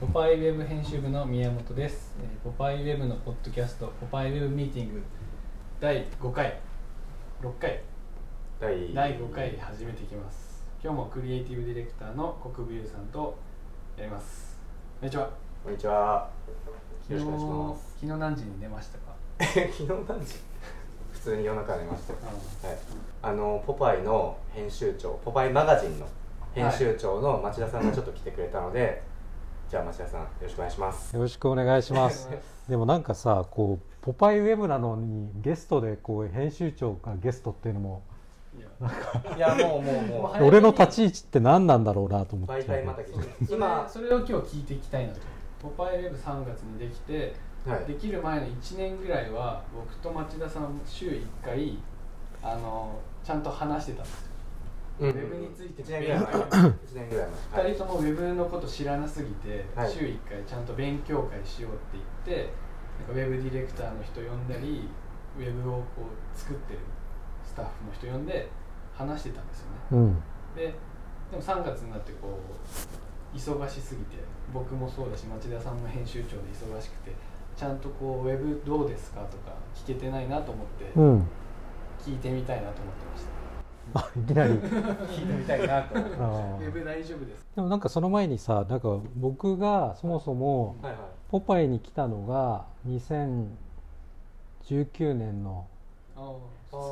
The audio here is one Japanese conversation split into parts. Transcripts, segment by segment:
ポパイウェブ編集部の宮本です、えーポパイウェブのポッドキャストポパイウェブミーティング第5回6回第第5回始めていきます今日もクリエイティブディレクターの国分優さんとやりますこんにちはこんにちは よろしくお願いし昨ま日昨日何時に寝ましたかす昨日何時普通に夜中寝ましたあはいあのポパイの編集長ポパイマガジンの編集長の町田さんがちょっと来てくれたので、じゃあ町田さんよろしくお願いしますよろしくお願いしますお願いしでもなんかさこう「ポパイウェブ」なのにゲストでこう編集長がゲストっていうのも いやいやもうもうももうう俺の立ち位置って何なんだろうなと思って 媒体またぎそれ今それを今日聞いていきたいなとポパイウェブ3月にできてはいできる前の1年ぐらいは僕と町田さん週1回あのちゃんと話してたんですよ、うんウェブについて1年ぐらい前1年ぐらい前、はい2人ともウェブのこと知らなすぎて、はい週1回ちゃんと勉強会しようって言ってなんかウェブディレクターの人呼んだりウェブをこう作ってるスタッフの人呼んで話してたんですよねうんででも3月になってこう忙しすぎて僕もそうだし町田さんも編集長で忙しくてちゃんとこうウェブどうですかとか聞けてないなと思ってうん聞いてみたいなと思ってました、あいきなり聞いてみたいなと思ってあはーウェブ大丈夫ですでもなんかその前にさなんか僕がそもそもいはいポパイに来たのが2019年の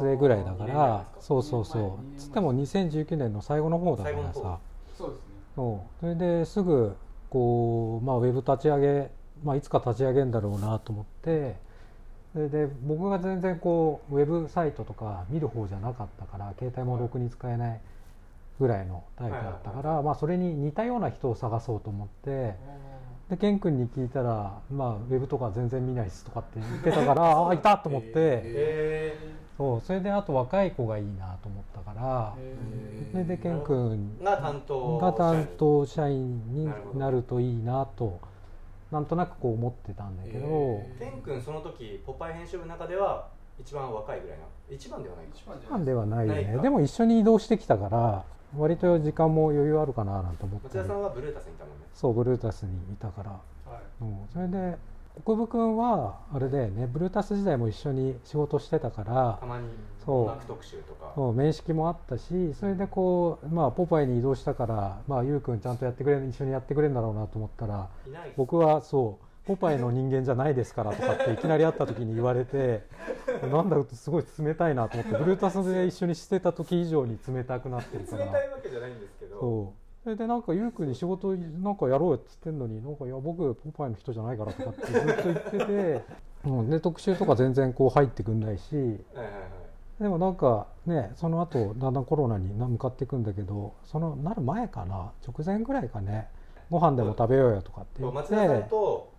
末ぐらいだか二年前ですらかそうそう二そ年前二年前うつっても2019年の最後の方だか最後のら方さそうですねそうそれですぐこう、まあ、ウェブ立ち上げ、まあ、いつか立ち上げんだろうなと思ってそれで僕が全然こうウェブサイトとか見る方じゃなかったから携帯もろくに使えないぐらいのタイプだったはいかはいはら、まあ、それに似たような人を探そうと思ってでケン君に聞いたら、まあ、ウェブとか全然見ないっすとかって言ってたから ああいたと思って、えそうそれであと若い子がいいなと思ったから、それでケン君ー、が担当が担当社員になるほどなるといいなとなんとなくこう思ってたんだけど、ケン君その時ポパイ編集部の中では一番若いぐらいな一番ではないか一番じゃなないんではないよないねかでも一緒に移動してきたから割と時間も余裕あるかななんて思っ町て田さんはブルータスにいたもんねそうブルータスにいたから、はいうん、それで国分君はあれだよねブルータス時代も一緒に仕事してたからたまにそう音楽特集とかそう面識もあったしそれでこう、まあ、ポパイに移動したから、まあ、ゆうくんちゃんとやってくれる一緒にやってくれるんだろうなと思ったらいない僕はそう「ポパイの人間じゃないですから」とかっていきなり会った時に言わ れてなんだすごい冷たいなと思ってブルータスで一緒にしてた時以上に冷たくなってるか冷らたいわけじゃないんですけどそうそれでなんかゆうくんに仕事なんかやろうって言ってんのになんかいや僕ポパイの人じゃないからとかってずっと言ってて、うん、で特集とか全然こう入ってくんないしはいはいはいでもなんかねその後だんだんコロナに向かっていくんだけどそのなる前かな直前ぐらいかねご飯でも食べようよとかってそ言うっ町て田さんと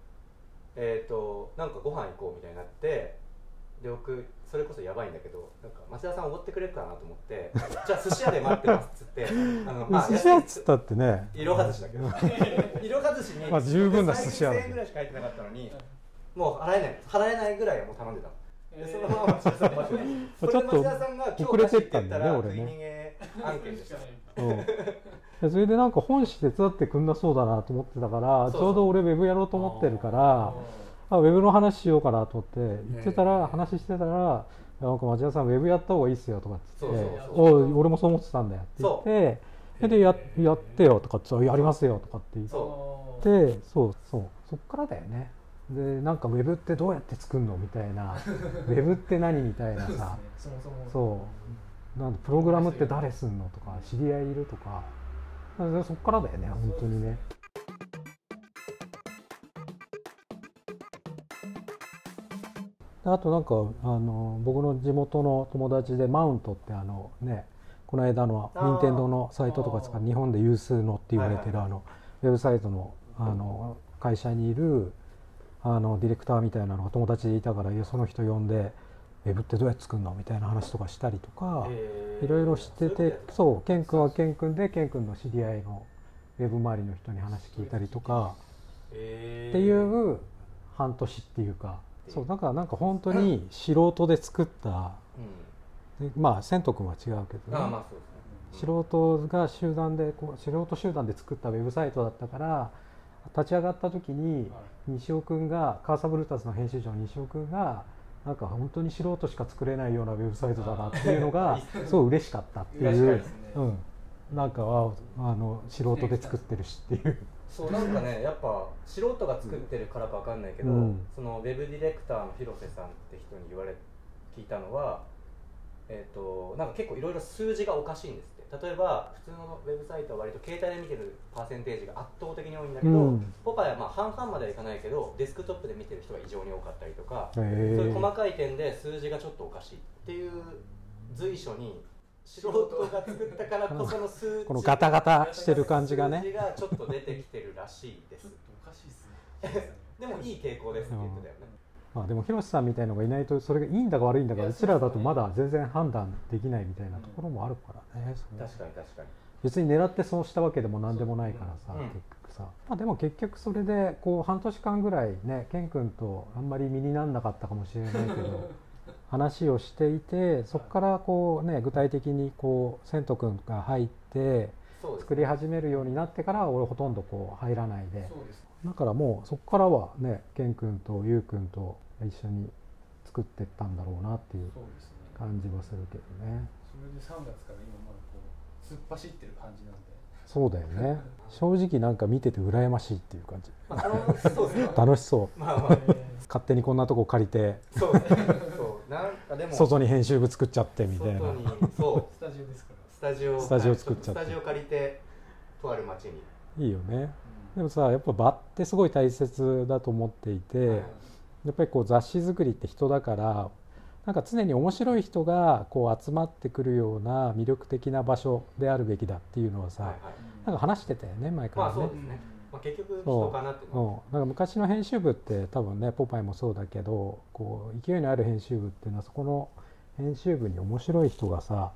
えっ、となんかご飯行こうみたいになってで僕それこそやばいんだけどなんか町田さんおごってくれるかなと思ってじゃあ寿司屋で待ってますっつ ってあの寿司屋っつ安っいたってね色はずしだけ ど色はずしに、まあ十分な寿司屋だ1000けど円ぐらいしか入ってなかったのにもう払えない払えないぐらいはもう頼んでたのでそのまま町田さん待ってちょっとそれで町田さんが遅れてったんだよね今日俺食い逃げ案件でした うんそれでなんか本誌手伝ってくんなそうだなと思ってたかそらうそうちょうど俺ウェブやろうと思ってるからあウェブの話しようかなと思って言ってたら、ええ話してたら「なんか町田さんウェブやった方がいいっすよ」とかっつってそうそうおい俺もそう思ってたんだよ」って言って「それでややってよ」とかっつって「やりますよ」とかって言っそてそうそうそっからだよねでなんかウェブってどうやって作るのみた いなウェブって何みたいなさそもそもそうなんだプログラムって誰すんのとか知り合いいるとかでそっからだよね本当にねであとなんかあの僕の地元の友達でマウントってあのねこの間のあー任天堂のサイトとか使あうー日本で有数のって言われてはいるあのウェブサイトのあの会社にいるあのディレクターみたいなのが友達でいたからいやその人呼んでウェブってどうやって作るのみたいな話とかしたりとかえーいろいろ知そうっていうこてとやそうケン君はケン君でケン君の知り合いのウェブ周りの人に話聞いたりとかえーっていう半年っていうかそうだからなんか本当に素人で作ったうんでまあ千斗君は違うけどああねまあそうですね素人が集団でこう素人集団で作ったウェブサイトだったから立ち上がった時には西尾君がカーサブルータスの編集長の西尾君がなんか本当に素人しか作れないようなウェブサイトだな っていうのがすごい嬉しかったっていい嬉しいでうすね、うん、なんかはあの素人で作ってるしっていうそうなんかねやっぱ素人が作ってるからかわかんないけど、うんそのウェブディレクターの広瀬さんって人に言われ聞いたのはえっ、となんか結構いろいろ数字がおかしいんですって例えば普通のウェブサイトは割と携帯で見てるパーセンテージが圧倒的に多いんだけど、うんポパイはまあ半々まではいかないけどデスクトップで見てる人が異常に多かったりとか、へーそういう細かい点で数字がちょっとおかしいっていう随所に素人が作ったからこその数値このガタガタしてる感じがね数字がちょっと出てきてるらしいでちょすっとおかしいですねでもいい傾向ですって言ってたよねまあ、でも広瀬さんみたいのがいないとそれがいいんだか悪いんだかいやうちらだとまだ全然判断できないみたいなところもあるからね、そう確かに確かに別に狙ってそうしたわけでも何でもないからそさ、ううん結局さ、まあ、でも結局それでこう半年間ぐらいね健君とあんまり身になんなかったかもしれないけ ど話をしていてそこからこうね具体的にこう千斗君が入ってそうです作り始めるようになってからは俺ほとんどこう入らないでそうですだからもうそこからはね健君と優君と一緒に作ってったんだろうなっていうそうですね感じはするけどねそれで3月から今まだこう突っ走ってる感じなんでそうだ よね正直なんか見てて羨ましいっていう感じまあそのそうですね楽しそまあまあう勝手にこんなとこ借りてそうですねそうなんかでも外に編集部作っちゃってみたいな外にそうスタジオですから、スタジオスタジオ作っちゃってスタジオ借りてとある町にいいよねうんでもさやっぱ場ってすごい大切だと思っていて、はいやっぱりこう雑誌作りって人だからなんか常に面白い人がこう集まってくるような魅力的な場所であるべきだっていうのはさ、はいはいなんか話してたよね前かまらあね、そううでんすねまあ結局人かなってうん、なんか昔の編集部って多分ね「ポパイ」もそうだけどこう勢いのある編集部っていうのはそこの編集部に面白い人がさ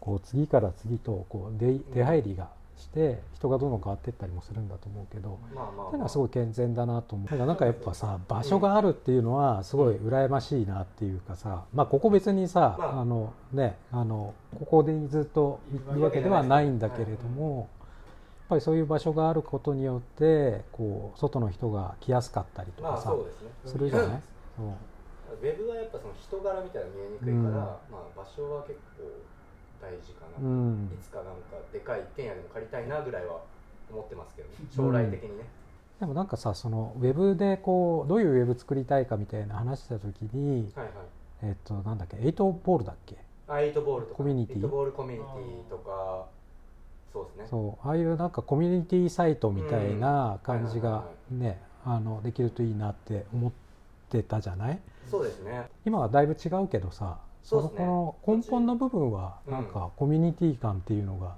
こう次から次とこう出い出入りがして人がどんどん変わっていったりもするんだと思うけど。まあまっあていうのまあはすごい健全だなと思うなんかなんかやっぱさ場所があるっていうのはすごい羨ましいなっていうかさまあここ別にさまああのねあのここでずっといるわけではないんだけれどもやっぱりそういう場所があることによってこう外の人が来やすかったりとまかあさそうですねするじゃないそうウェブはやっぱその人柄みたいなの見えにくいから、うんまあ場所は結構大事かうな、んいつかなんかでかい一軒家でも借りたいなぐらいは思ってますけどね将来的にね、でもなんかさそのウェブでこうどういうウェブ作りたいかみたいな話した時にはいえっとなんだっけエイトボールだっけはいあエイトボールとかコミュニティエイトボールコミュニティとかそうですねそうああいうなんかコミュニティサイトみたいな感じがねあのできるといいなって思ってたじゃないそうですね今はだいぶ違うけどさそうそでのすねこの根本の部分はうんなんかコミュニティ感っていうのが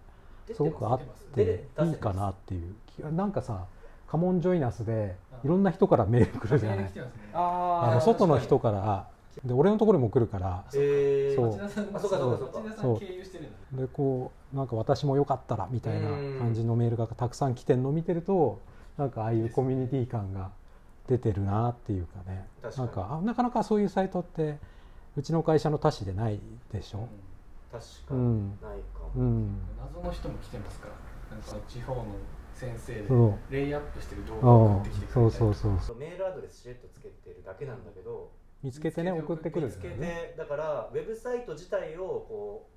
出すてごますくあっ出てます出てますていいかなっていう気がなんかさカモンジョイナスでうんいろんな人からメール来るじゃメーなルい来てますねあーあの外の人確からで俺のところにも来るからかにえー、そう町田さんあそうかそうかそうか町田さん経由してるんだでこうなんか私もよかったらみたいなうん感じのメールがたくさん来てんのを見てるとなんかああいうコミュニティ感が出てるなっていうかね確かなにんかあなかなかそういうサイトってうちの会社の他市でないでしうょ、確かうにんないかも、うん、謎の人も来てますからなんか地方の先生でそうレイアップしてる動画を送あってきてくれたりそうそうそうそうメールアドレスしれっとつけてるだけなんだけど見つけてね見つけて送ってくる見んつだけよねてだからウェブサイト自体をこ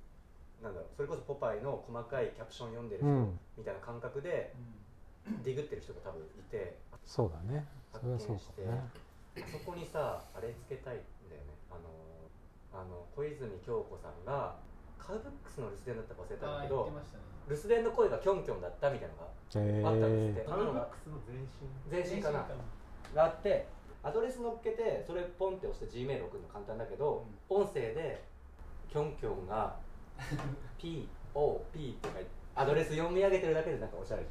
うなんだろうそれこそ「ポパイ」の細かいキャプション読んでるう人んみたいな感覚でディグってる人が多分いてそうだねそれはそうかもねあそこにさあれつけたいんだよねあのあの小泉京子さんがカウブックスの留守電だったか忘れたんだあけー言ってどましたね留守電の声がキョンキョンだったみたいなのがへあったんですってえカウブックスの前身前身かながあってアドレス乗っけてそれポンって押して G メール送るの簡単だけど、音声でキョンキョ ンが POP とかアドレス読み上げてるだけでなんかおしゃれじ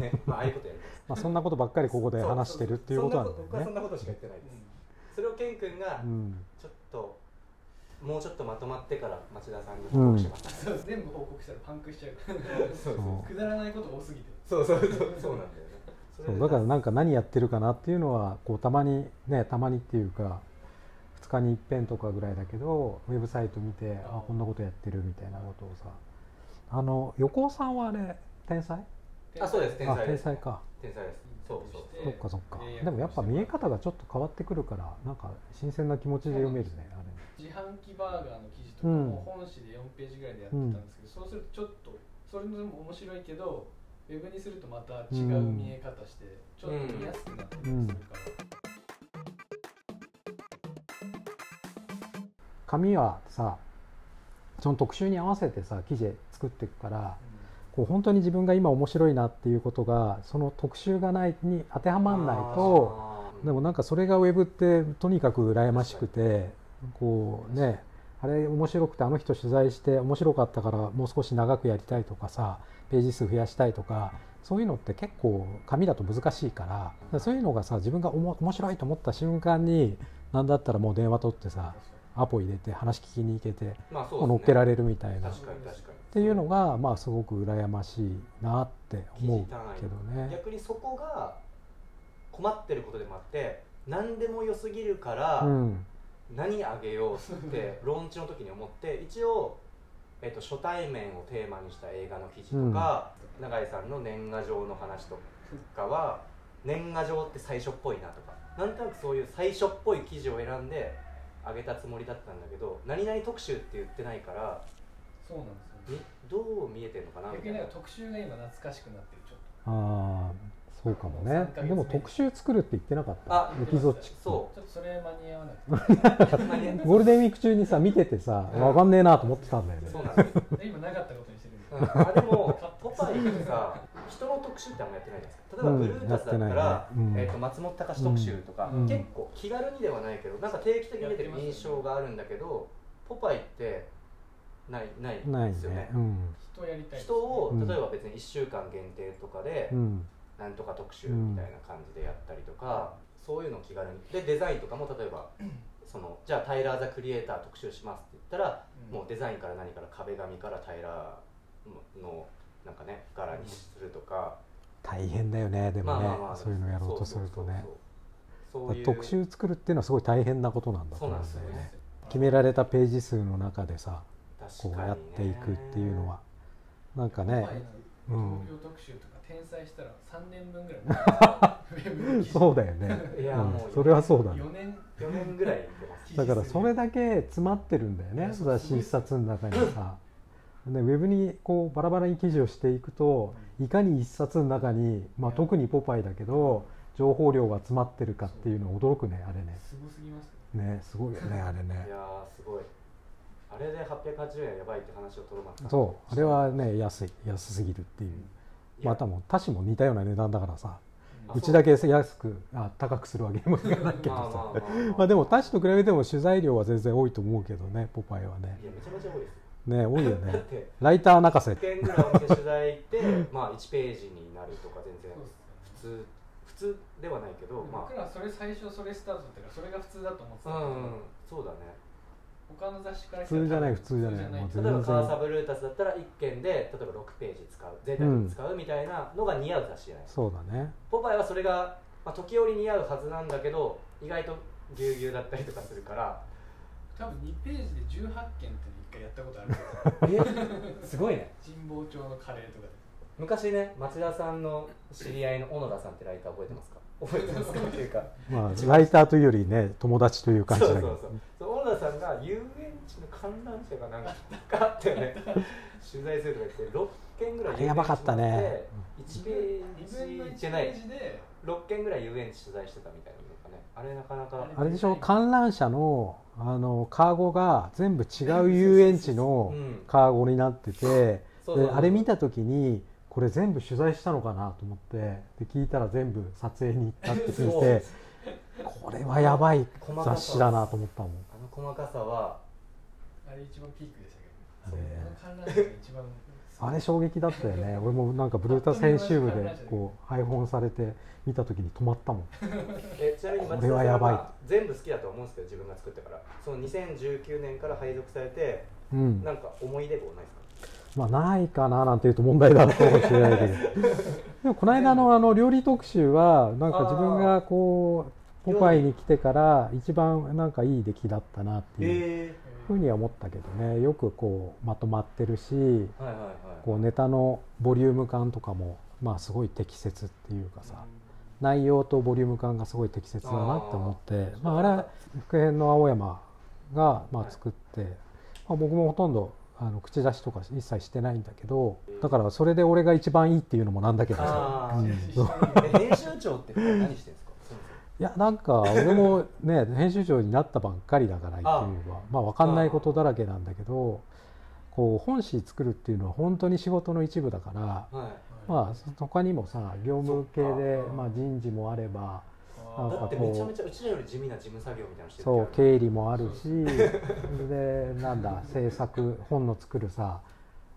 ん、ね まあ、ああいうことやるまあそんなことばっかりここで話してるっていうことなんそんなこと僕だはそよんねなことしか言ってないです、それをケン君がうんちょっともうちょっとまとまってから町田さんに報告しました、そう全部報告したらパンクしちゃうからそうそうくだらないことが多すぎてそうそうそうそうなんだよねそそれうでだからなんか何やってるかなっていうのはこうたまにねたまにっていうか2日に一遍とかぐらいだけどウェブサイト見てあこんなことやってるみたいなことをさあの横尾さんはあれ天才あそうです天あ才で天す才か天才ですそうそうそうそっかそっかえーでもやっぱ見え方がちょっと変わってくるからなんか新鮮な気持ちで読めるねあれ自販機バーガーの記事とかうんも本誌で4ページぐらいでやってたんですけど、そうするとちょっとそれでも面白いけどウェブにするとまた違う見え方してちょっと見やすくなったりするから、紙はさその特集に合わせてさ記事作っていくからこう本当に自分が今面白いなっていうことがその特集がないに当てはまんないとあーでもなんかそれがウェブってとにかく羨ましくてこうねあれ面白くてあの人取材して面白かったからもう少し長くやりたいとかさページ数増やしたいとかそういうのって結構紙だと難しいからだからそういうのがさ自分がおも面白いと思った瞬間に何だったらもう電話取ってさアポ入れて話聞きに行けてまあそうですね乗っけられるみたいな確かに確かにっていうのがまあすごく羨ましいなって思うけどね。逆にそこが困ってることでもあって何でも良すぎるから、うん、何あげようってローンチの時に思って一応、えっと、初対面をテーマにした映画の記事とか、永井さんの年賀状の話とかは年賀状って最初っぽいなとかなんとなくそういう最初っぽい記事を選んであげたつもりだったんだけど何々特集って言ってないからそうなんですよ、ね、みどう見えてるのかなみ逆たいになんなか特集が今懐かしくなってるちょっああそうかもね3ヶ月目でも特集作るって言ってなかっあたエキゾチックそとちょっとそれ間に合わなくてう間に合ゴールデンウィーク中にさ見ててさうんわかんねえなと思ってたんだよねそうなんですよ今なかったことにしてるんでうんあでもポパイってさ人の特集ってあんまやってないじゃないですか例えばうんブルータスだったら、やってないねうんえー、と松本隆特集とか、うん結構気軽にではないけどなんか定期的に出てる印象があるんだけど、ポパイってないないないですよねねうん人やりたいです人をうん例えば別に1週間限定とかで、うんなんとか特集みたいな感じでやったりとか、そういうのを気軽にでデザインとかも例えばそのじゃあタイラー・ザ・クリエイター特集しますって言ったらうんもうデザインから何から壁紙から平らのなんかね柄にするとか、大変だよねでもねそういうのやろうとするとねそうだから特集作るっていうのはすごい大変なことなんだとそう思なうんんですだよよねね決められたページ数の中でさこ確うかにねやっていくっていうのはなんかね前のうん東京特集とか転載したら3年分ぐらいウェブの記事 そうだよねいやもううんそれはそうだね4年4年ぐらいやってます記事だからすそれだけ詰まってるんだよいねやそう雑誌一冊の中にさでウェブにこうバラバラに記事をしていくといかに一冊の中に、まあ、いや特に「ポパイ」だけど情報量が詰まってるかっていうの驚くねあれねすごすぎますねねすごいよねあれいねやーすごいあれで880円やばいって話を取るまそうあれはね安い安すぎるっていうまたもう他誌も似たような値段だからさあうちだけ安くあ高くするわけにもいかないけどまあさまあまあまあまあでも他誌と比べても取材量は全然多いと思うけどね「ポパイ」はねいやめちゃめちゃ多いですよね多いよだっねてライター泣かせ1件ぐらいお店取材行って まあ1ページになるとか全然そうっすね普通普通ではないけどま僕らはそれ最初それスタートだったからそれが普通だと思ってたあんだけどうんうんそうだね他の雑誌から普通じゃない普通じゃないもう普通じ例えば全然カーサブルータスだったら1件で例えば6ページ使う全体的に使うみたいなのが似合う雑誌じゃないですか、そうだねポパイはそれが、まあ、時折似合うはずなんだけど意外とぎゅうぎゅうだったりとかする から多分2ページで18件って1回やった ことあるけどすごいね神保町のカレーとかで昔ね町田さんの知り合いの小野田さんってライター覚えてますか覚えてますかっていうかまあ、ライターというよりね友達というそう感じそだうけそうどそう小野田さんが遊園地の観覧車かなんかがあったよ ね取材するとか言って6件ぐらいあれやばかったね1ページ2分の1じペゃないージで6件ぐらい遊園地取材してたみたいなのとかねあれなかなかあれでしょ観覧車のあのカーゴが全部違う遊園地のうんカーゴになってて、そうそうであれ見た時にこれ全部取材したのかなと思ってで聞いたら全部撮影に行ったって聞いてこれはやばい細かさ雑誌だなと思ったもんあの細かさはあれ一番ピークでしたけどあこの観れ覧車が一番あれ衝撃だったよね俺もなんかブルータス編集部でこう配本されて見た時に止まったもんえちなみにこれはやばい松田さん全部好きだと思うんですけど自分が作ったからその2019年から配属されてうんなんか思い出もないですかまあ、ないかななんていうと問題だったかもしれないけどでもこの間のあの料理特集はなんか自分がこうあーポパイに来てから一番なんかいい出来だったなっていうえふうには思ったけどねよくこうまとまってるしはいはいはいこうネタのボリューム感とかもまあすごい適切っていうかさ、内容とボリューム感がすごい適切だなって思ってまあ、あれは副編の青山がまあ作って、まあ、僕もほとんどあの口出しとか一切してないんだけどだからそれで俺が一番いいっていうのもなんだけどさ、うん、編集長って何してんですかいやなんか俺もね編集長になったばっかりだから言ってみればまあ分かんないことだらけなんだけどこう本誌作るっていうのは本当に仕事の一部だから、はいはい、まあ他にもさ業務系でまあ人事もあれば。なんかめちゃめちゃうちらより地味な事務作業みたいなしてるそう経理もあるしでなんだ制作本の作るさ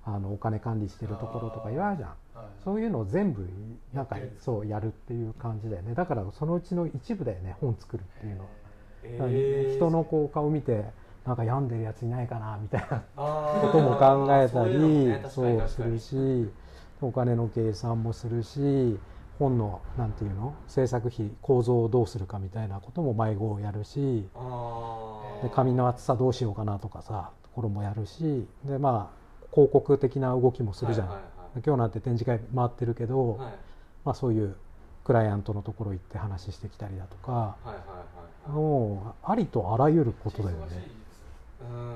あのお金管理してるところとかいわゆるじゃん、そういうのを全部なんかそうやるっていう感じだよねだからそのうちの一部だよね本作るっていうのは、えー、人のこう顔見てなんか病んでるやついないかなみたいなことも考えたりそうするしお金の計算もするし本のなんていうの制作費構造をどうするかみたいなことも迷子をやるしで紙の厚さどうしようかなとかさところもやるしでまあ広告的な動きもするじゃない,、今日なんて展示会回ってるけど、はい、まあ、そういうクライアントのところ行って話してきたりだとか、もうありとあらゆることだよね。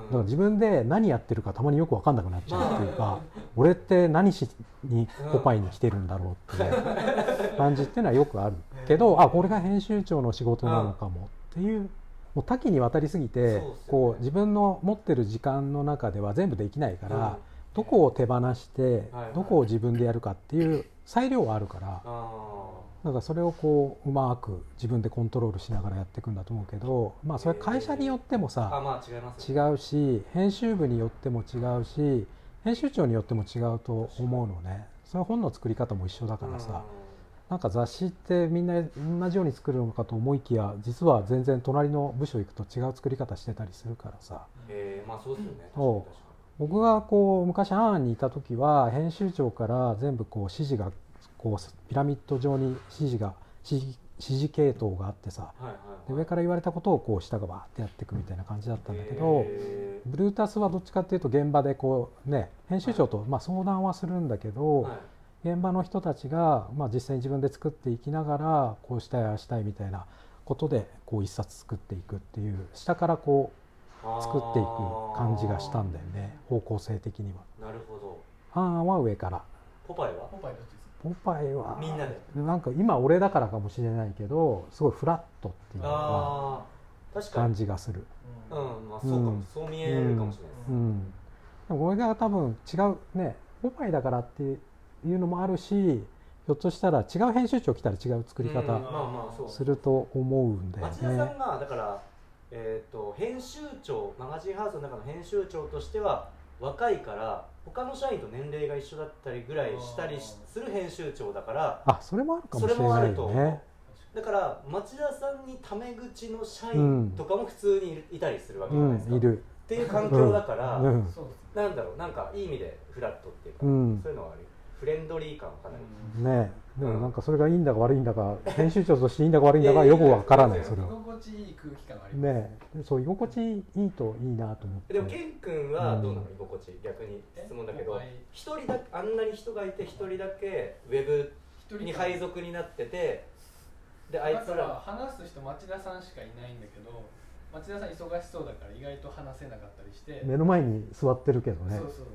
だから自分で何やってるかたまによく分かんなくなっちゃうっていうか、俺って何しにポパイに来てるんだろうっていう感じっていうのはよくあるけど、あこれが編集長の仕事なのかもっていうもう多岐にわたりすぎてこう自分の持ってる時間の中では全部できないから、どこを手放してどこを自分でやるかっていう裁量はあるから。だからそれをこううまく自分でコントロールしながらやっていくんだと思うけど、まあ、それ会社によってもさ、違うし編集部によっても違うし編集長によっても違うと思うのねそれ本の作り方も一緒だからさ、なんか雑誌ってみんな同じように作るのかと思いきや実は全然隣の部署行くと違う作り方してたりするからさ。えーまあ、そうですよね僕がこう昔アーンにいた時は編集長から全部こう指示がこうピラミッド状に指示が指示系統があってさ、で上から言われたことをこう下がバーってやっていくみたいな感じだったんだけど、ブルータスはどっちかっていうと現場でこうね編集長とま相談はするんだけど、はい、現場の人たちがま実際に自分で作っていきながらこうしたいああしたいみたいなことでこう一冊作っていくっていう下からこう作っていく感じがしたんだよね方向性的には。なるほど。アンは上から。ポパイはポパイどっちポパイはみんなでなんか今俺だからかもしれないけどすごいフラットっていうか感じがする、うん、うん、まあそうかも、うん、そう見えるかもしれないです、うんうん、でも俺が多分違うねポパイだからっていうのもあるしひょっとしたら違う編集長来たら違う作り方すると思うんだよね、町田さんがだから、えーと、と編集長マガジンハウスの中の編集長としては若いから他の社員と年齢が一緒だったりぐらいしたりする編集長だからあそれもあるかもしれないよねだから町田さんにタメ口の社員とかも普通にいたりするわけじゃないですか、うん、いるっていう環境だから、うんうん、なんだろうなんかいい意味でフラットっていうか、うん、そういうのはあるフレンドリー感はかなりねでもなんかそれがいいんだか悪いんだか編集長としていいんだか悪いんだかよくわからないそれは居心地いい空気感ありますねそう居心地いいといいなと思ってでもケン君はどうなの居心地逆に質問だけど一人だあんなに人がいて一人だけウェブに配属になっててであいつら話す人町田さんしかいないんだけど町田さん忙しそうだから意外と話せなかったりして目の前に座ってるけどねそうそう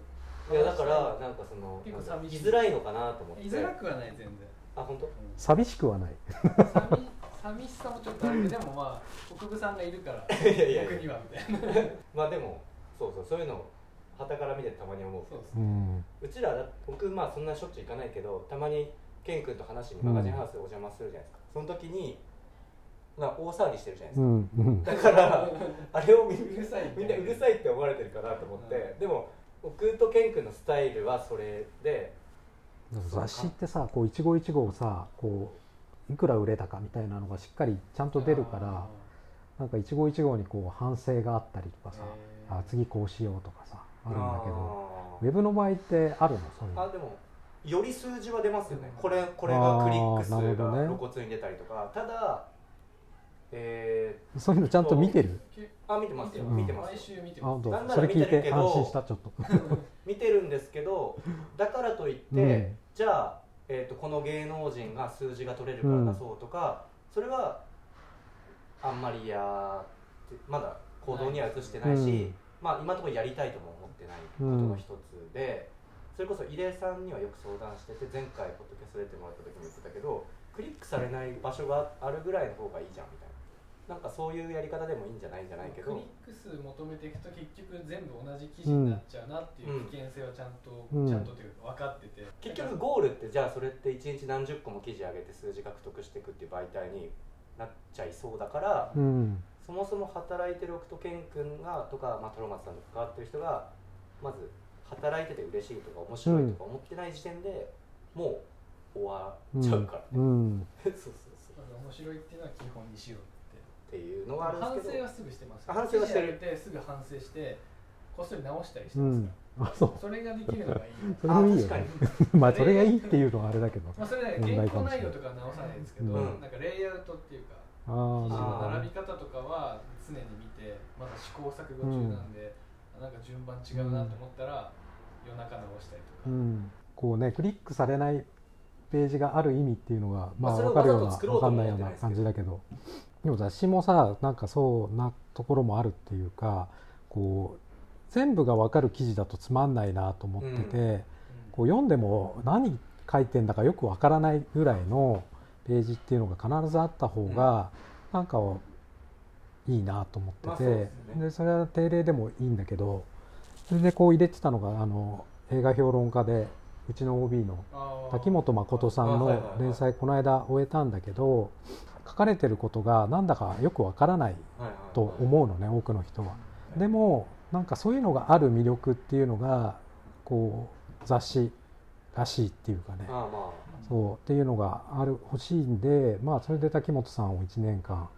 いやだからなんかその結構寂しい居づらいのかなと思って居づらくはない全然あ本当、うん、寂しくはない寂しさもちょっとあるけどでもまあ国分さんがいるから 僕にはみたいなまあでもそうそうそういうのをはたから見てたまに思うそうです、ね、うちら僕まあそんなしょっちゅう行かないけどたまに健君と話にマガジンハウスでお邪魔するじゃないですか、うん、その時にまあ、大騒ぎしてるじゃないですか、うんうん、だからあれをみんなみんなうるさいって思われてるかなと思って、うん、でも僕とケン君のスタイルはそれで雑誌ってさこう一期一会さこういくら売れたかみたいなのがしっかりちゃんと出るからなんか一期一会にこう反省があったりとかさ、えー、あ次こうしようとかさあるんだけどウェブの場合ってあるのそういうのあでもより数字は出ますよねこれこれがクリック数が露骨に出たりとか、ね、ただえー、そういうのちゃんと見てるあ見てますよ、うん、見てます毎週見てますなんなら見てるけど見てるんですけどだからといって、うん、じゃあ、えー、とこの芸能人が数字が取れるから出そうとか、それはあんまりやってまだ行動には移してないし、うんまあ、今のところやりたいとも思ってないことの一つで、それこそ入江さんにはよく相談してて前回ポッドキャスト出てもらった時も言ってたけどクリックされない場所があるぐらいの方がいいじゃんみたいななんかそういうやり方でもいいんじゃないんじゃないけクどリック数求めていくと結局全部同じ記事になっちゃうなっていう危険性はちゃんと、うんちゃんとというか分かってて結局ゴールってじゃあそれって1日何十個も記事上げて数字獲得していくっていう媒体になっちゃいそうだから。うんそもそも働いてる奥戸健君がとか、まあ、トロマツさんと関わってる人がまず働いてて嬉しいとか面白いとか思ってない時点で、もう終わっちゃうからね、うん そうそうそだうから面白いっていうのは基本にしようってっていうのがあるん反ですけ省どはすぐしてますあ反省はしてる記事やめてすぐ反省してこっそり直したりしてうますかんあそう ら、それができるのがいいそれもいいよあね確まあそれがいいっていうのはあれだけどまあそれは問ね原題か稿もしれない内容とかは直さないですけど、うんなんかレイアウトっていうかあ記事ーの並び方とかは常に見てまだ試行錯誤中なんで、なんか順番違うなと思ったら、夜中直したりとか、うん、こうねクリックされないページがある意味っていうのがままああそれを分かるようなわざと作ろ分うとかもんない思よってうなないですけど感じだけどでも雑誌もさなんかそうなところもあるっていうかこう全部が分かる記事だとつまんないなと思ってて、うんこう読んでも何書いてんだかよく分からないぐらいのページっていうのが必ずあった方がなんかいいなと思まあっそてうて、ですねでそれは定例でもいいんだけどそれでこう入れてたのがあの映画評論家でうちの OB のあー滝本誠さんあはいはいはのい連載この間終えたんだけど書かれてることがなんだかよくわからないはいはいと思うのね多くの人は。でもなんかそういうのがある魅力っていうのがこう雑誌らしいっていうかねああまそうっていうのがある欲しいんでまあそれで滝本さんを1年間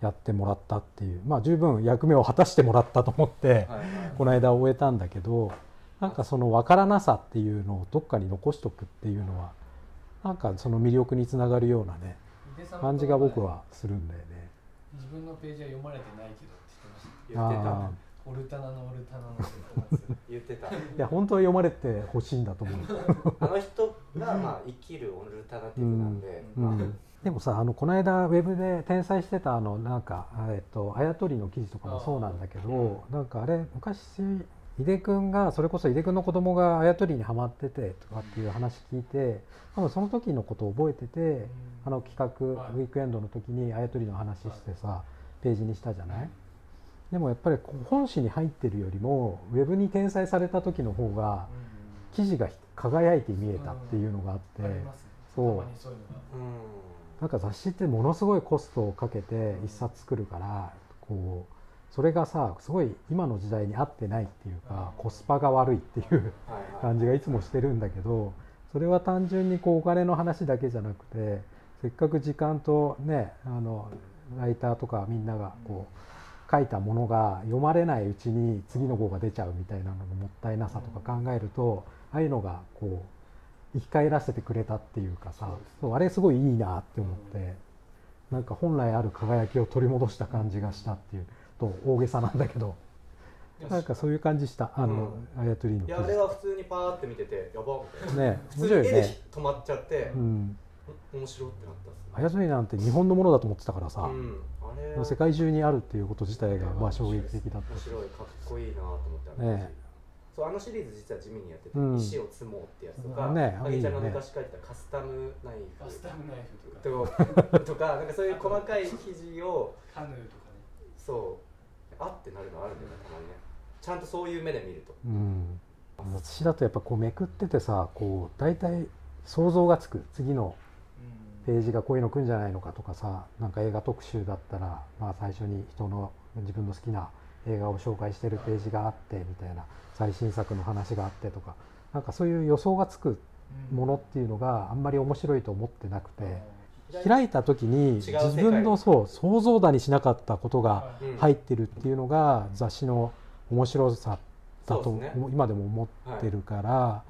やってもらったっていうまあ十分役目を果たしてもらったと思ってあ、はいはいこの間終えたんだけどなんかその分からなさっていうのをどっかに残しとくっていうのはなんかその魅力につながるようなね井出さんと感じが僕はするんだよね。自分のページは読まれてないけどって言ってました言ってたあーオルタナのオルタナのって言ってます言ってたいや本当は読まれてほしいんだと思うあの人がまあ生きるオルタナティブなんで、うまあん、でもさあのこの間ウェブで転載してたあのなんか、えっと、あやとりの記事とかもそうなんだけどなんかあれ昔井出君がそれこそ井出君の子供があやとりにはまっててとかっていう話聞いて多分その時のことを 覚えててあの企画、はいウィークエンドの時にあやとりの話してさ、ページにしたじゃないでもやっぱりこう本誌に入ってるよりもウェブに転載された時の方がう記事が輝いて見えたっていうのがあって。んありますねそうたまにそういうのがうんなんか雑誌ってものすごいコストをかけて一冊作るからこうそれがさすごい今の時代に合ってないっていうかコスパが悪いっていうはいはい感じがいつもしてるんだけどそれは単純にこうお金の話だけじゃなくてせっかく時間とねあのライターとかみんながこう書いたものが読まれないうちに次の号が出ちゃうみたいなののもったいなさとか考えるとああいうのがこう生き返らせてくれたっていうかそうさですねそうあれすごいいいなって思ってなんか本来ある輝きを取り戻した感じがしたっていうと大げさなんだけどなんかそういう感じしたあのあやとりのい記やあ事れは普通にパーって見ててやばみたいなね普通面白に絵いよでね。止まっちゃってう、ん、ん面白ってなったっすねあやとりなんて日本のものだと思ってたからさ、うん、あれ世界中にあるっていうこと自体がまあ衝撃的だ面ったし白いかっこいいなと思ってあのねえそうあのシリーズ実は地味にやってて「うん石を積もう」ってやつとか、ねあげちゃんがいいよね昔書いてたカスタムナイカスフタムナイフとかとかとかなんかそういう細かい記事をカヌーとかねそうあってなるのあるんだよねたまにねちゃんとそういう目で見るとうん私だとやっぱこうめくっててさこう大体想像がつく次のページがこういうの来るんじゃないのかとかさなんか映画特集だったら、まあ、最初に人の自分の好きな映画を紹介してるページがあってみたいな最新作の話があってとかなんかそういう予想がつくうんものっていうのがあんまり面白いと思ってなくて。い開いた時違にう世界自分のそう想像だにしなかったことがはういん入ってるっていうのが雑誌の面白さだとそうですね今でも思ってるから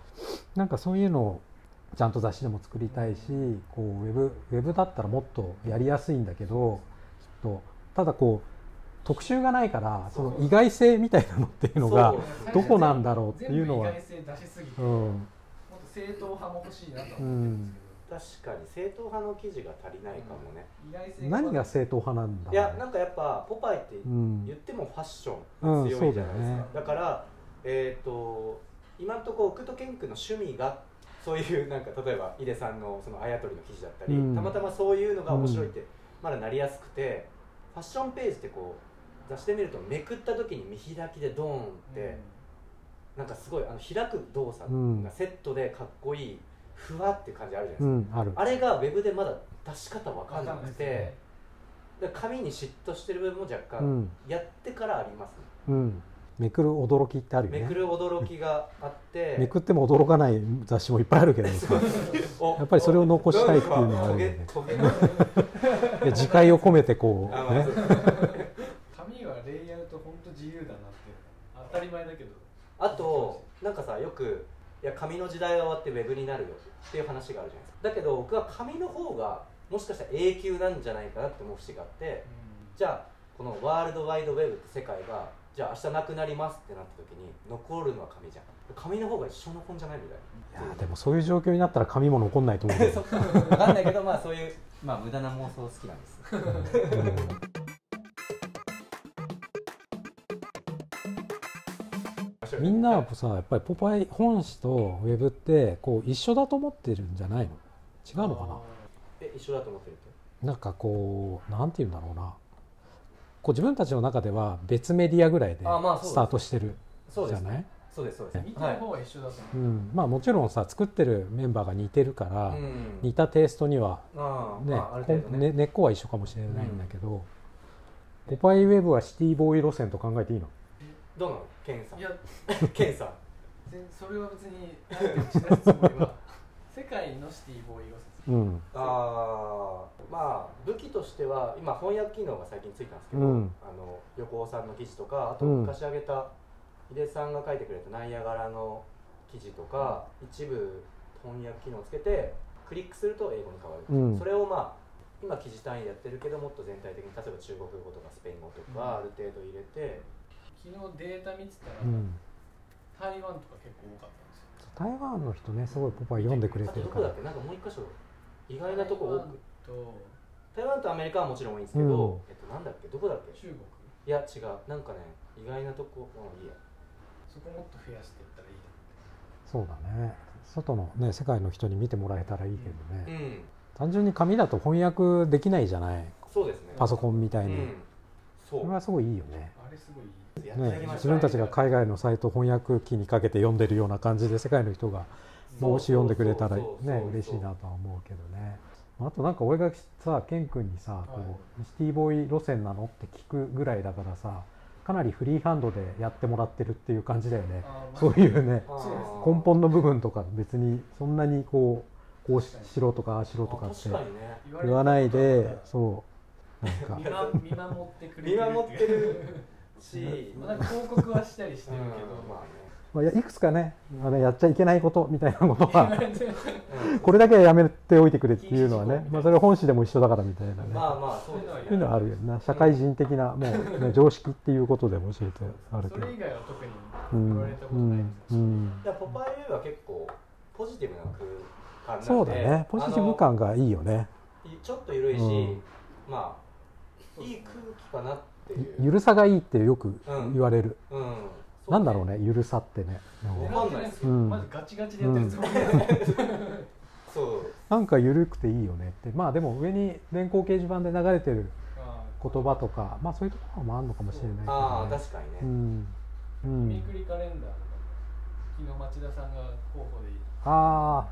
なんかそういうのをちゃんと雑誌でも作りたいしこうウェブウェブだったらもっとやりやすいんだけどきっとただこう特集がないからその意外性みたいなのっていうのがそうどこなんだろうっていうのは全部意外性出しすぎて、うもっんと正統派も欲しいなと思ってるんです確かに正統派の記事が足りないかもね、けど、依頼性何が正統派なんだいやなんかやっぱ「ポパイ」ってうん言ってもファッションが強いじゃないですか、うんそうだよねだからえっ、と今のところ奥戸健君の趣味がそういうなんか例えば井出さんのそのあやとりの記事だったり、うんたまたまそういうのが面白いってまだなりやすくて、ファッションページってこう出してみるとめくった時に見開きでドーンって、なんかすごいあの開く動作がセットでかっこいい、ふわって感じあるじゃないですうか、んあるあれがウェブでまだ出し方わかんなわかんないくですてねだから紙に嫉妬してる部分も若う干、んやってからありますねうんめくる驚きってあるよねめくる驚きがあってめくっても驚かない雑誌もいっぱいあるけど ややっぱりそれを残したいっていうのはあるよねいや自戒を込めてこうね紙はレイアウト本当自由だなって当たり前だけどあとなんかさよくいや紙の時代は終わってウェブになるよっていう話があるじゃないですかだけど僕は紙の方がもしかしたら永久なんじゃないかなって思う節があってじゃあこのワールドワイドウェブって世界がじゃあ明日なくなりますってなった時に残るのは紙じゃん紙の方が一生残んじゃないみたいいやでもそういう状況になったら紙も残んないと思うけ どな分かんないけどまあそういうまあ無駄な妄想好きなんですうんみんなはさやっぱり「ポパイ」本誌とウェブってこう一緒だと思ってるんじゃないの違うのかなえ一緒だと思ってるってなんかこうなんて言うんだろうなこう自分たちの中では別メディアぐらいであまあそうですスタートしてるそうじでゃすないそうですそうです見てはるい方は一緒だと思うんまあもちろんさ作ってるメンバーが似てるから、うん似たテイストにはああね,、まあ、ある程度ねね根っこは一緒かもしれないんだけど、ポパイウェブはシティボーイ路線と考えていいのどうなのケンさういやんケンさん全 それは別に何て打ち出すつもり は世界のシティボーイを説うんあーまあ武器としては今翻訳機能が最近ついたんですけど、うんあの横尾さんの記事とかあとうん昔上げた井出さんが書いてくれたナイアガラの記事とか、一部翻訳機能をつけてクリックすると英語に変わる、うんそれをまあ今記事単位でやってるけどもっと全体的に例えば中国語とかスペイン語とかある程度入れて、昨日データ見てたら、うん台湾とか結構多かったんですよ台湾の人ねすごいポパイ読んでくれあてとるどかこだらっけなんかもう一箇所意外なとこ多く台湾と台湾とアメリカはもちろん多いんですけど、うんえっとなんだっけどこだっけ中国いや違うなんかね意外なとこもういいやそこもっと増やしていったらいいなそうだね外のね世界の人に見てもらえたらいいけどね、うん単純に紙だと翻訳できないじゃないそうですねパソコンみたコいに、うん、そこれはうすごいいいよねあれす ごいいいやってあねげまし自ょう分たちが海外のサイト翻訳機にかけて読んでるような感じで世界の人がもし読んでくれたらねそうそうそうそう嬉しいなとは思うけどねあとなんか俺がさケン君にさ、こうシティボーイ路線なのって聞くぐらいだからさかなりフリーハンドでやってもらってるっていう感じだよねあーまあそういうねあーそうです根本の部分とか別にそんなにこうこうししろとかああしろとかあって確かにね言われ言わないでたそうなんか見守見守ってくれて見る守ってるし、 まあなんか広告はしたりしてるうんけど、ままあいやいくつかねあのやっちゃいけないことみたいなこと は言われてるあね、うんこれだけはやめておいてくれっていうのは禁止事項みたねい、なまあ、それ本誌でも一緒だからみたいなね、まあまあそうですそういうのはあるよね社会人的なもう、ね、常識っていうことでも教えてあるけそどれ以外は特にう言んわれたことないです、うんうんいやポパイウェブは結構ポジティブな空間なんでそうだねポジティブ感がいいよねあのいちょっと緩いし、うんまあいい空気かなっていうゆるさがいいってよく言われる、うんそなんだろうねゆるさってねう狙わっかんてなないでいすですすようんまずガチガチでやってるつもりです、そうなんかゆるくていいよねってまあでも上に電光掲示板で流れてるあ言葉とかまあそういうところもあるのかもしれないけど、ね、ああ確かにね、うん、うーミん、クリカレンダーとかも昨日町田さんが候補であ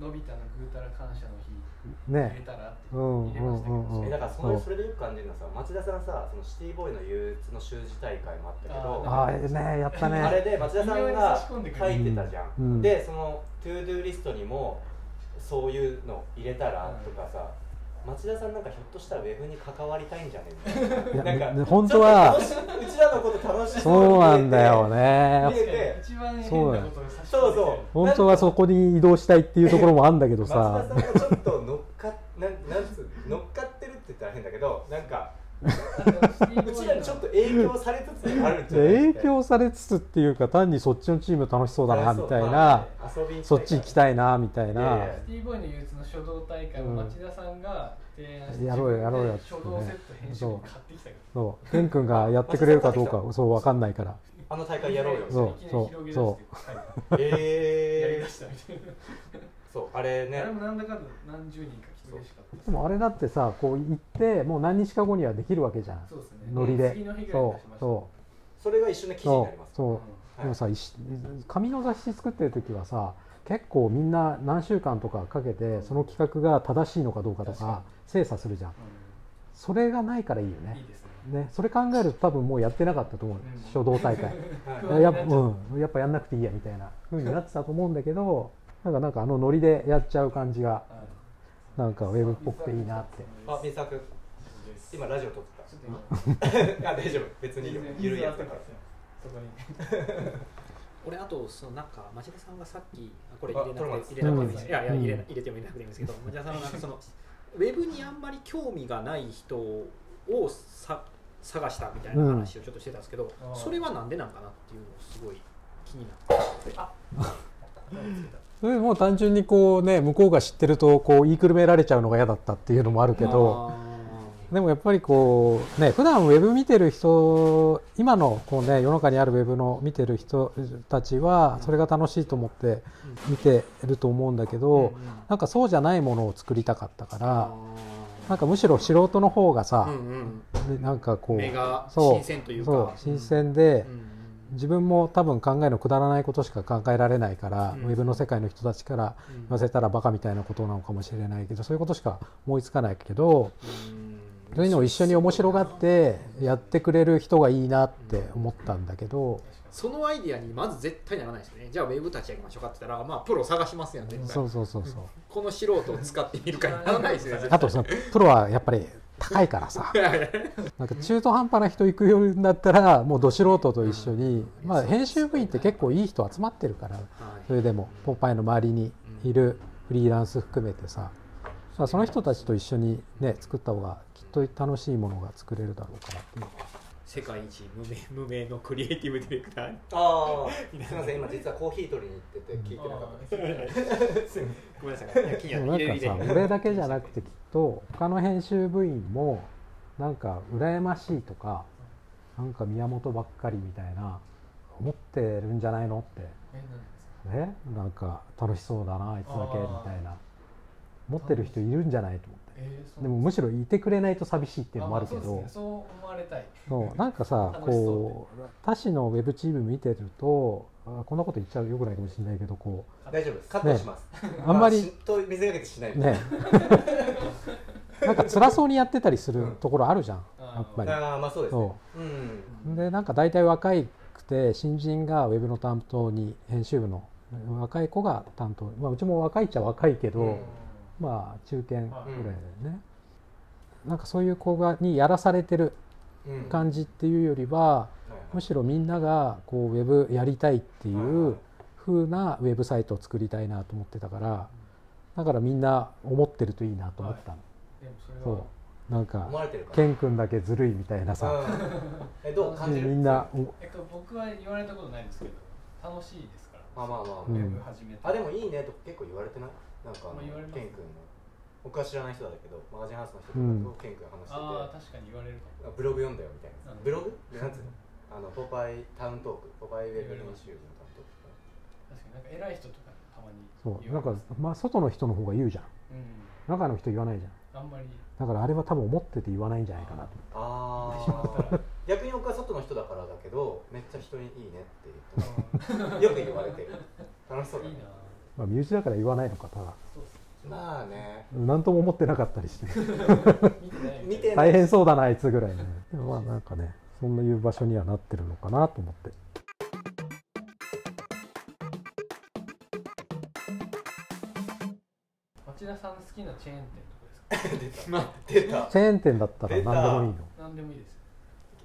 のび太のぐうたら感謝の日あ入れねたらってうん入れましたけど、うんうんうんえだからそのそうそれでよく感じるのはさ町田さんさそのシティボーイの憂鬱の習字大会もあったけどああねやったねあれで町田さんが書いてたじゃん、うんうんでそのトゥードゥーリストにもそういうの入れたらとかさ、町田さんなんかひょっとしたらウェブに関わりたいんじゃねえみたいいなやなんか本当はちょっと楽しうちらのこと楽しそうなんだよ見えねてて一番変なことをさせてそうそ本当はそこに移動したいっていうところもあるんだけ ど松田ささんがちょっと乗っかなんなんつう乗っかってるって言ったら変だけどなんかうちらにちょっと影響されつつあるんじゃない影響されつつっていうか単にそっちのチーム楽しそうだなみたいなあ遊びに行きたいからそっち行きたいなみたいいやいなやシティボーイの憂鬱の書道大会を町田さんが提案して、うんやろうよやろうよっつ書ってね道セット編集部に買ってきたかそう天君がやってくれるかどうあかそう分かんないからあの大ら会やろうよそういきなり広げ出してそうはいやりえだー、したみたいなそうあれねあれもなんだかんだ何十人か来て嬉しかったでもあれだってさこう行ってもう何日か後にはできるわけじゃんそうですねノリで次の日ぐらいにそ出しまうしたそそれが一瞬でう記事にそなりまうすそうはいでもさ石紙の雑誌作ってる時はさ結構みんな何週間とかかけてその企画が正しいのかどうかと確かか精査するじゃんそれがないからいいようんいねいですねねそれ考えると多分もうやってなかったと思ううん書道大会不や安になっちやっぱゃううんやっぱやんなくていいやみたいな風になってたと思うんだけどなんかなんかあのノリでやっちゃう感じがはいなんかウェブっぽくていいなってあ三沢君ちょっ今ラジオ撮ってと今たあ大丈夫別にいいよゆるいやつだからそこに俺あとそのなんか町田さんがさっきあこれあ入れなトラマくツて入れなくていいうんしいやいや入れなうん入れても入れなくていいんですけど町田さんはなんかそのウェブにあんまり興味がない人をさ探したみたいな話をちょっとしてたんですけど、うんそれはなんでなんかなっていうのをすごい気になってそれもう単純にこうね向こうが知ってるとこう言いくるめられちゃうのが嫌だったっていうのもあるけど。でもやっぱりこうね普段ウェブ見てる人今のこうね世の中にあるウェブの見てる人たちはそれが楽しいと思って見てると思うんだけどなんかそうじゃないものを作りたかったからなんかむしろ素人の方がさうんうんでなんかこ目がうそ新鮮といううそうか新鮮でうん自分も多分考えのくだらないことしか考えられないからうんウェブの世界の人たちからうん言わせたらバカみたいなことなのかもしれないけどそういうことしか思いつかないけど。うんそういうのを一緒に面白がってやってくれる人がいいなって思ったんだけど、そのアイディアにまず絶対ならないですよねじゃあウェブ立ち上げましょうかって言ったらまあプロ探しますやん絶対そうそうそうそうこの素人を使ってみるかにならないですよね絶対 あとそのプロはやっぱり高いからさなんか中途半端な人行くようんだったらもうど素人と一緒に、うんまあ、編集部員って結構いい人集まってるからはいそれでも「ポンパイ」の周りにいるフリーランス含めてさ、まあ、その人たちと一緒にね作った方がきっと楽しいものが作れるだろうからっていう世界一無名無名のクリエイティブディレクターにああ すみません今実はコーヒー取りに行ってて聞いてなかったですごめんなさいいや気にでなるも入れなんかるさ入れる俺だけじゃなくてきっと他の編集部員もなんか羨ましいとかなんか宮本ばっかりみたいな思ってるんじゃないのっえなんですかてねなんか楽しそうだなあいつだけあみーたいな持ってる人いるんじゃないと思ってえーそうでもむしろいてくれないと寂しいっていうのもあるけまそうどですねそう思われたいそうなんかさ楽しそこう他市のウェブチーム見てるとあこんなこと言っちゃうよくないかもしれないけどこ大丈夫ですカットします、うあんまりしと見せかけてしないです、 ねなんか辛そうにやってたりするところあるじゃん、うんやっぱりああまあそうですねそううんうでなんか大体若いくて新人がウェブの担当に編集部の若い子が担当、まあ、うちも若いっちゃ若いけど、うんまあ中堅ぐらいだよね、なんかそういう子がにやらされてるうんはい感じっていうよりははいむしろみんながこうウェブやりたいっていう風なウェブサイトを作りたいなと思ってたからだからみんな思ってるといいなと思ってたの。でもそれはそうなんか思われてるからケン君だけずるいみたいなさ、うんえどう感みじるんなおえっと僕は言われたことないんですけど楽しいですからまあまあまあ、うんウェブ始めてあでもいいねとか結構言われてないなんかあのまあ言われますケン君の僕は知らない人だけどマガジンハウスの人とかとケン君が話してて、ああ確かに言われるかもブログ読んだよみたいな、うんブログなんつうのあのポパイタウントークポパイウェブ編集の担当とか確かになんか偉い人とかたまにそう言なんわれかます、まあ、外の人の方が言うじゃんうん中の人言わないじゃあんんまりだからあれは多分思ってて言わないんじゃないかなと言ってあしまったあら逆に僕は外の人だからだけどめっちゃ人にいいねって言ってますよく言われてる楽しそうだいいねなまあ身内だから言わないのかただそうっすまあね何とも思ってなかったりして 見てない見てない大変そうだなあいつぐら いねでもまあなんかねそんないう場所にはなってるのかなと思って町田さんの好きなチェーン店とかですか 出たチェーン店だったら何でもいいの何でもいいですよ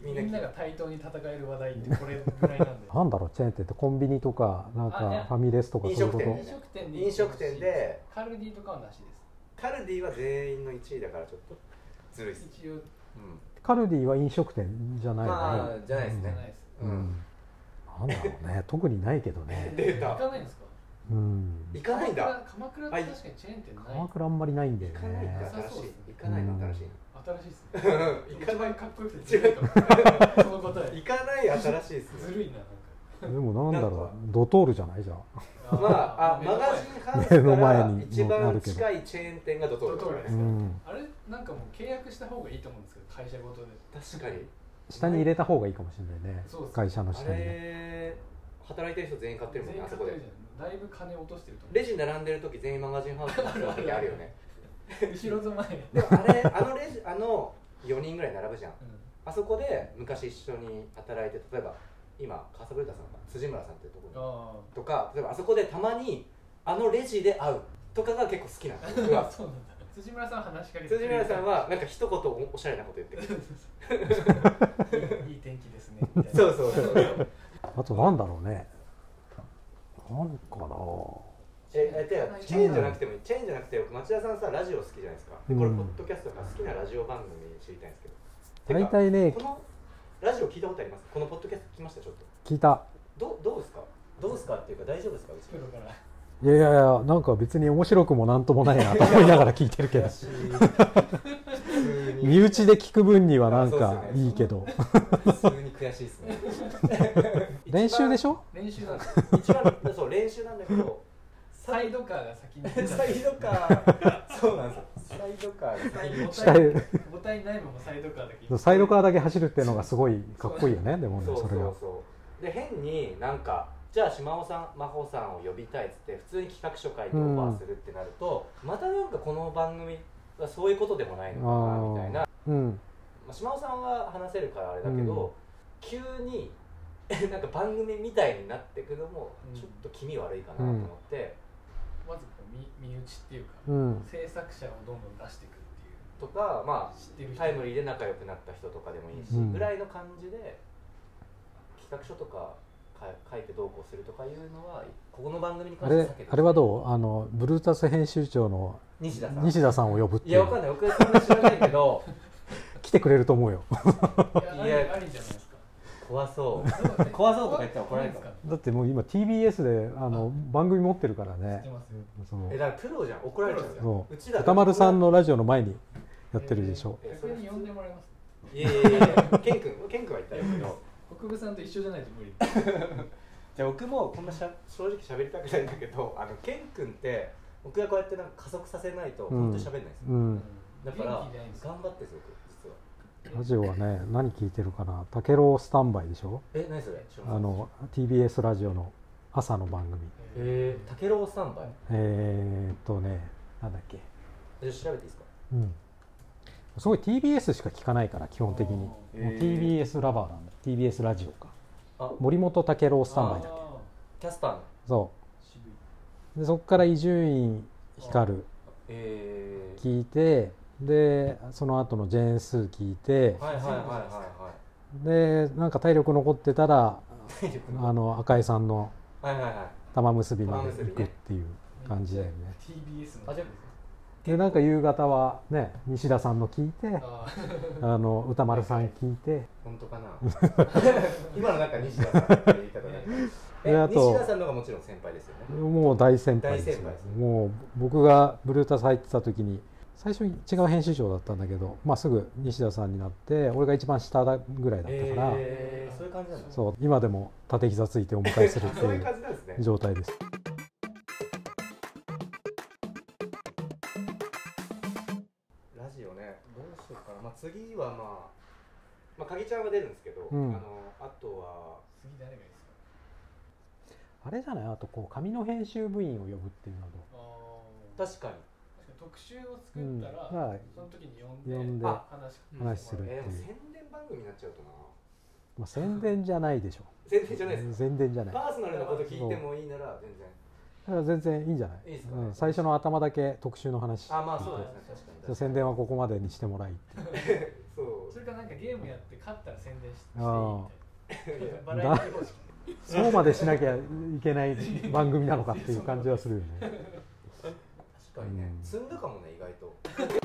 みんなみん聞ないが対等に戦える話題ってこれぐらい なんでなんだろうチェーン店ってコンビニとかなんあいやかファミレスとかそういうこ飲食飲店と食店で飲食店でカルディとかはなしですカルディは全員の1位だからちょっとずるいっす、一応うんカルディは飲食店じゃないよまねあじゃないですじゃねないですうん、なんだろうね特にないけどね出た行かないんですかううん、行かないんだ鎌倉鎌倉って確かにチェーン店ない鎌倉あんまりないんだよ行かないんねだね新しい行かないの新しい新しいっすね行か一な番いかっこよくてずるいかも その答え行かない新しいですずねるいななんかでもなんだろなうドトールじゃないじゃんまああ目マの前ガジンハウスか目の前らに一もうある番けど近いチェーン店がドトールだからうねんあれなんかもう契約した方がいいと思うんですけど会社ごとで確かに下に入れた方がいいかもしれないねそうです会社のあ下にねれ働いてる人全員買ってるもんねあそこ全員買ってるでじゃんだいぶ金落としてると思うレジ並んでる時全員マガジンハウスに集まる時あるよね後ろ住まい、うん、でも あれあのレジあの4人ぐらい並ぶじゃんあそこで昔一緒に働いて例えば今カサブルタさんか辻村さんっていうところあとか例えばあそこでたまにあのレジで会うとかが結構好きな の僕あはそうなんだ辻村さん話しかけて辻村さんはなんか一言おおしゃれなこと言ってくるいい天気ですねみたいなそうそうそうあとなんだろうねなんかなええてかチェーンじゃなくてもいいチェーンじゃなくて僕町田さんさラジオ好きじゃないですか、うんこれポッドキャストとか好きなラジオ番組知りたいんですけどてか大体ねこのラジオ聞いたことありますこのポッドキャスト聞きましたちょっと聞いたどうどうですかどうですかっていうか大丈夫ですかうちプロからいやいやいやなんか別に面白くもなんともないなと思いながら聞いて るけど普通身に内で聞く分にはなんあそうかっすよねいいけど普通に悔しいですね 練習でししょ練習なんです一番そう練習なんだけどサイドカーが先に サイドカーそうなんですよサイドカーが先に下へボタンないままサイドカーだけサイドカーだけ走るっていうのがすごいかっこいいよねでもねそうそそうれがそうで変になんかじゃあ島尾さん真帆さんを呼びたいっつって普通に企画書書いてオファーするってなると、またなんかこの番組はそういうことでもないのかなみたいな、まうんあ、島尾さんは話せるからあれだけど、急に なんか番組みたいになってくのもちょっと気味悪いかなと思って、まずこう身身内っていうか、うん制作者をどんどん出していくっていうとかまあ知ってる人タイムリーで仲良くなった人とかでもいいし、うんぐらいの感じで企画書とかか書いてどうこうするとかいうのはここの番組にあ関してれ避けてあれはどうあのブルータス編集長の西田さん西田さんを呼ぶっていいやわかんうない僕そんな知らないけど 来てくれると思うよいやいやありありじゃないですか怖そ怖 怖そうとか言ったら怒られるからだってもう今 TBS であの番組持ってるからねそううえだからプロじゃん怒られちゃうじゃんそうちら歌丸さんのラジオの前にやってるでしょ、えそ逆れに呼んでもらいますいやいやいやケン君ケン君は言ったよけど国分さんと一緒じゃないと無理じゃあ僕もこんなしゃ正直喋りたくないんだけどあのケン君って僕がこうやってなんか加速させないとう本ん当に喋んないんですよ、うん、だから元気ないんですよ頑張ってすごく実はラジオはね何聞いてるかな「タケロスタンバイ」でしょえ何それあの TBS ラジオの朝の番組えー、タケロウスタンバイえー、っとねなんだっけじゃあ調べていいですかうんすごい TBS しか聞かないから基本的にもうへー TBS ラバーなんだ TBS ラジオかあ森本タケロスタンバイだっけあキャスターのそー渋いうでそこから伊集院光えー、聞いてでその後のジェーン・スー聞いてはいはいはいはいでなんか体力残ってたらはい体力のあの赤井さんのはいはい はい玉結びまで行くっていう感じだよね TBS のあじゃあでなんか夕方はね西田さんの聞いてあーあの歌丸さん聞いて本当かな 今の中西田さんって言い方ないでえあと西田さんの方がもちろん先輩ですよねもう大先輩ですよ大先輩ですもう僕がブルータス入ってた時に最初に違う編集長だったんだけど、まあ、すぐ西田さんになって俺が一番下だぐらいだったから、えー、そういう感じなんだそう今でも縦膝ついてお迎えするってそういいうう感じなんですね状態です。ラジオねどうしようかな、まあ、次はまあまあ影ちゃんは出るんですけど、うんあのあとは次誰がいいですかあれじゃないあとこう紙の編集部員を呼ぶっていうのとあー確かに確かに特集を作ったら、うんはいその時に呼呼んでんで、まあ話し話するえー、でもうん宣伝番組になっちゃうとなあ、宣伝じゃないでしょ宣伝じゃないです宣伝じゃないだパーソナルなこと聞いてもいいなら全然から全然いいんじゃないいいですかうん、最初の頭だけ特集の話あまあそうですね確かじゃあに宣伝はここまでにしてもらいそう それかなんかゲームやって勝ったら宣伝ししていあーいみたいなバラエティ方式そうまでしなきゃいけない番組なのかっていう感じはするよね確かにね、うん積んだかもね意外と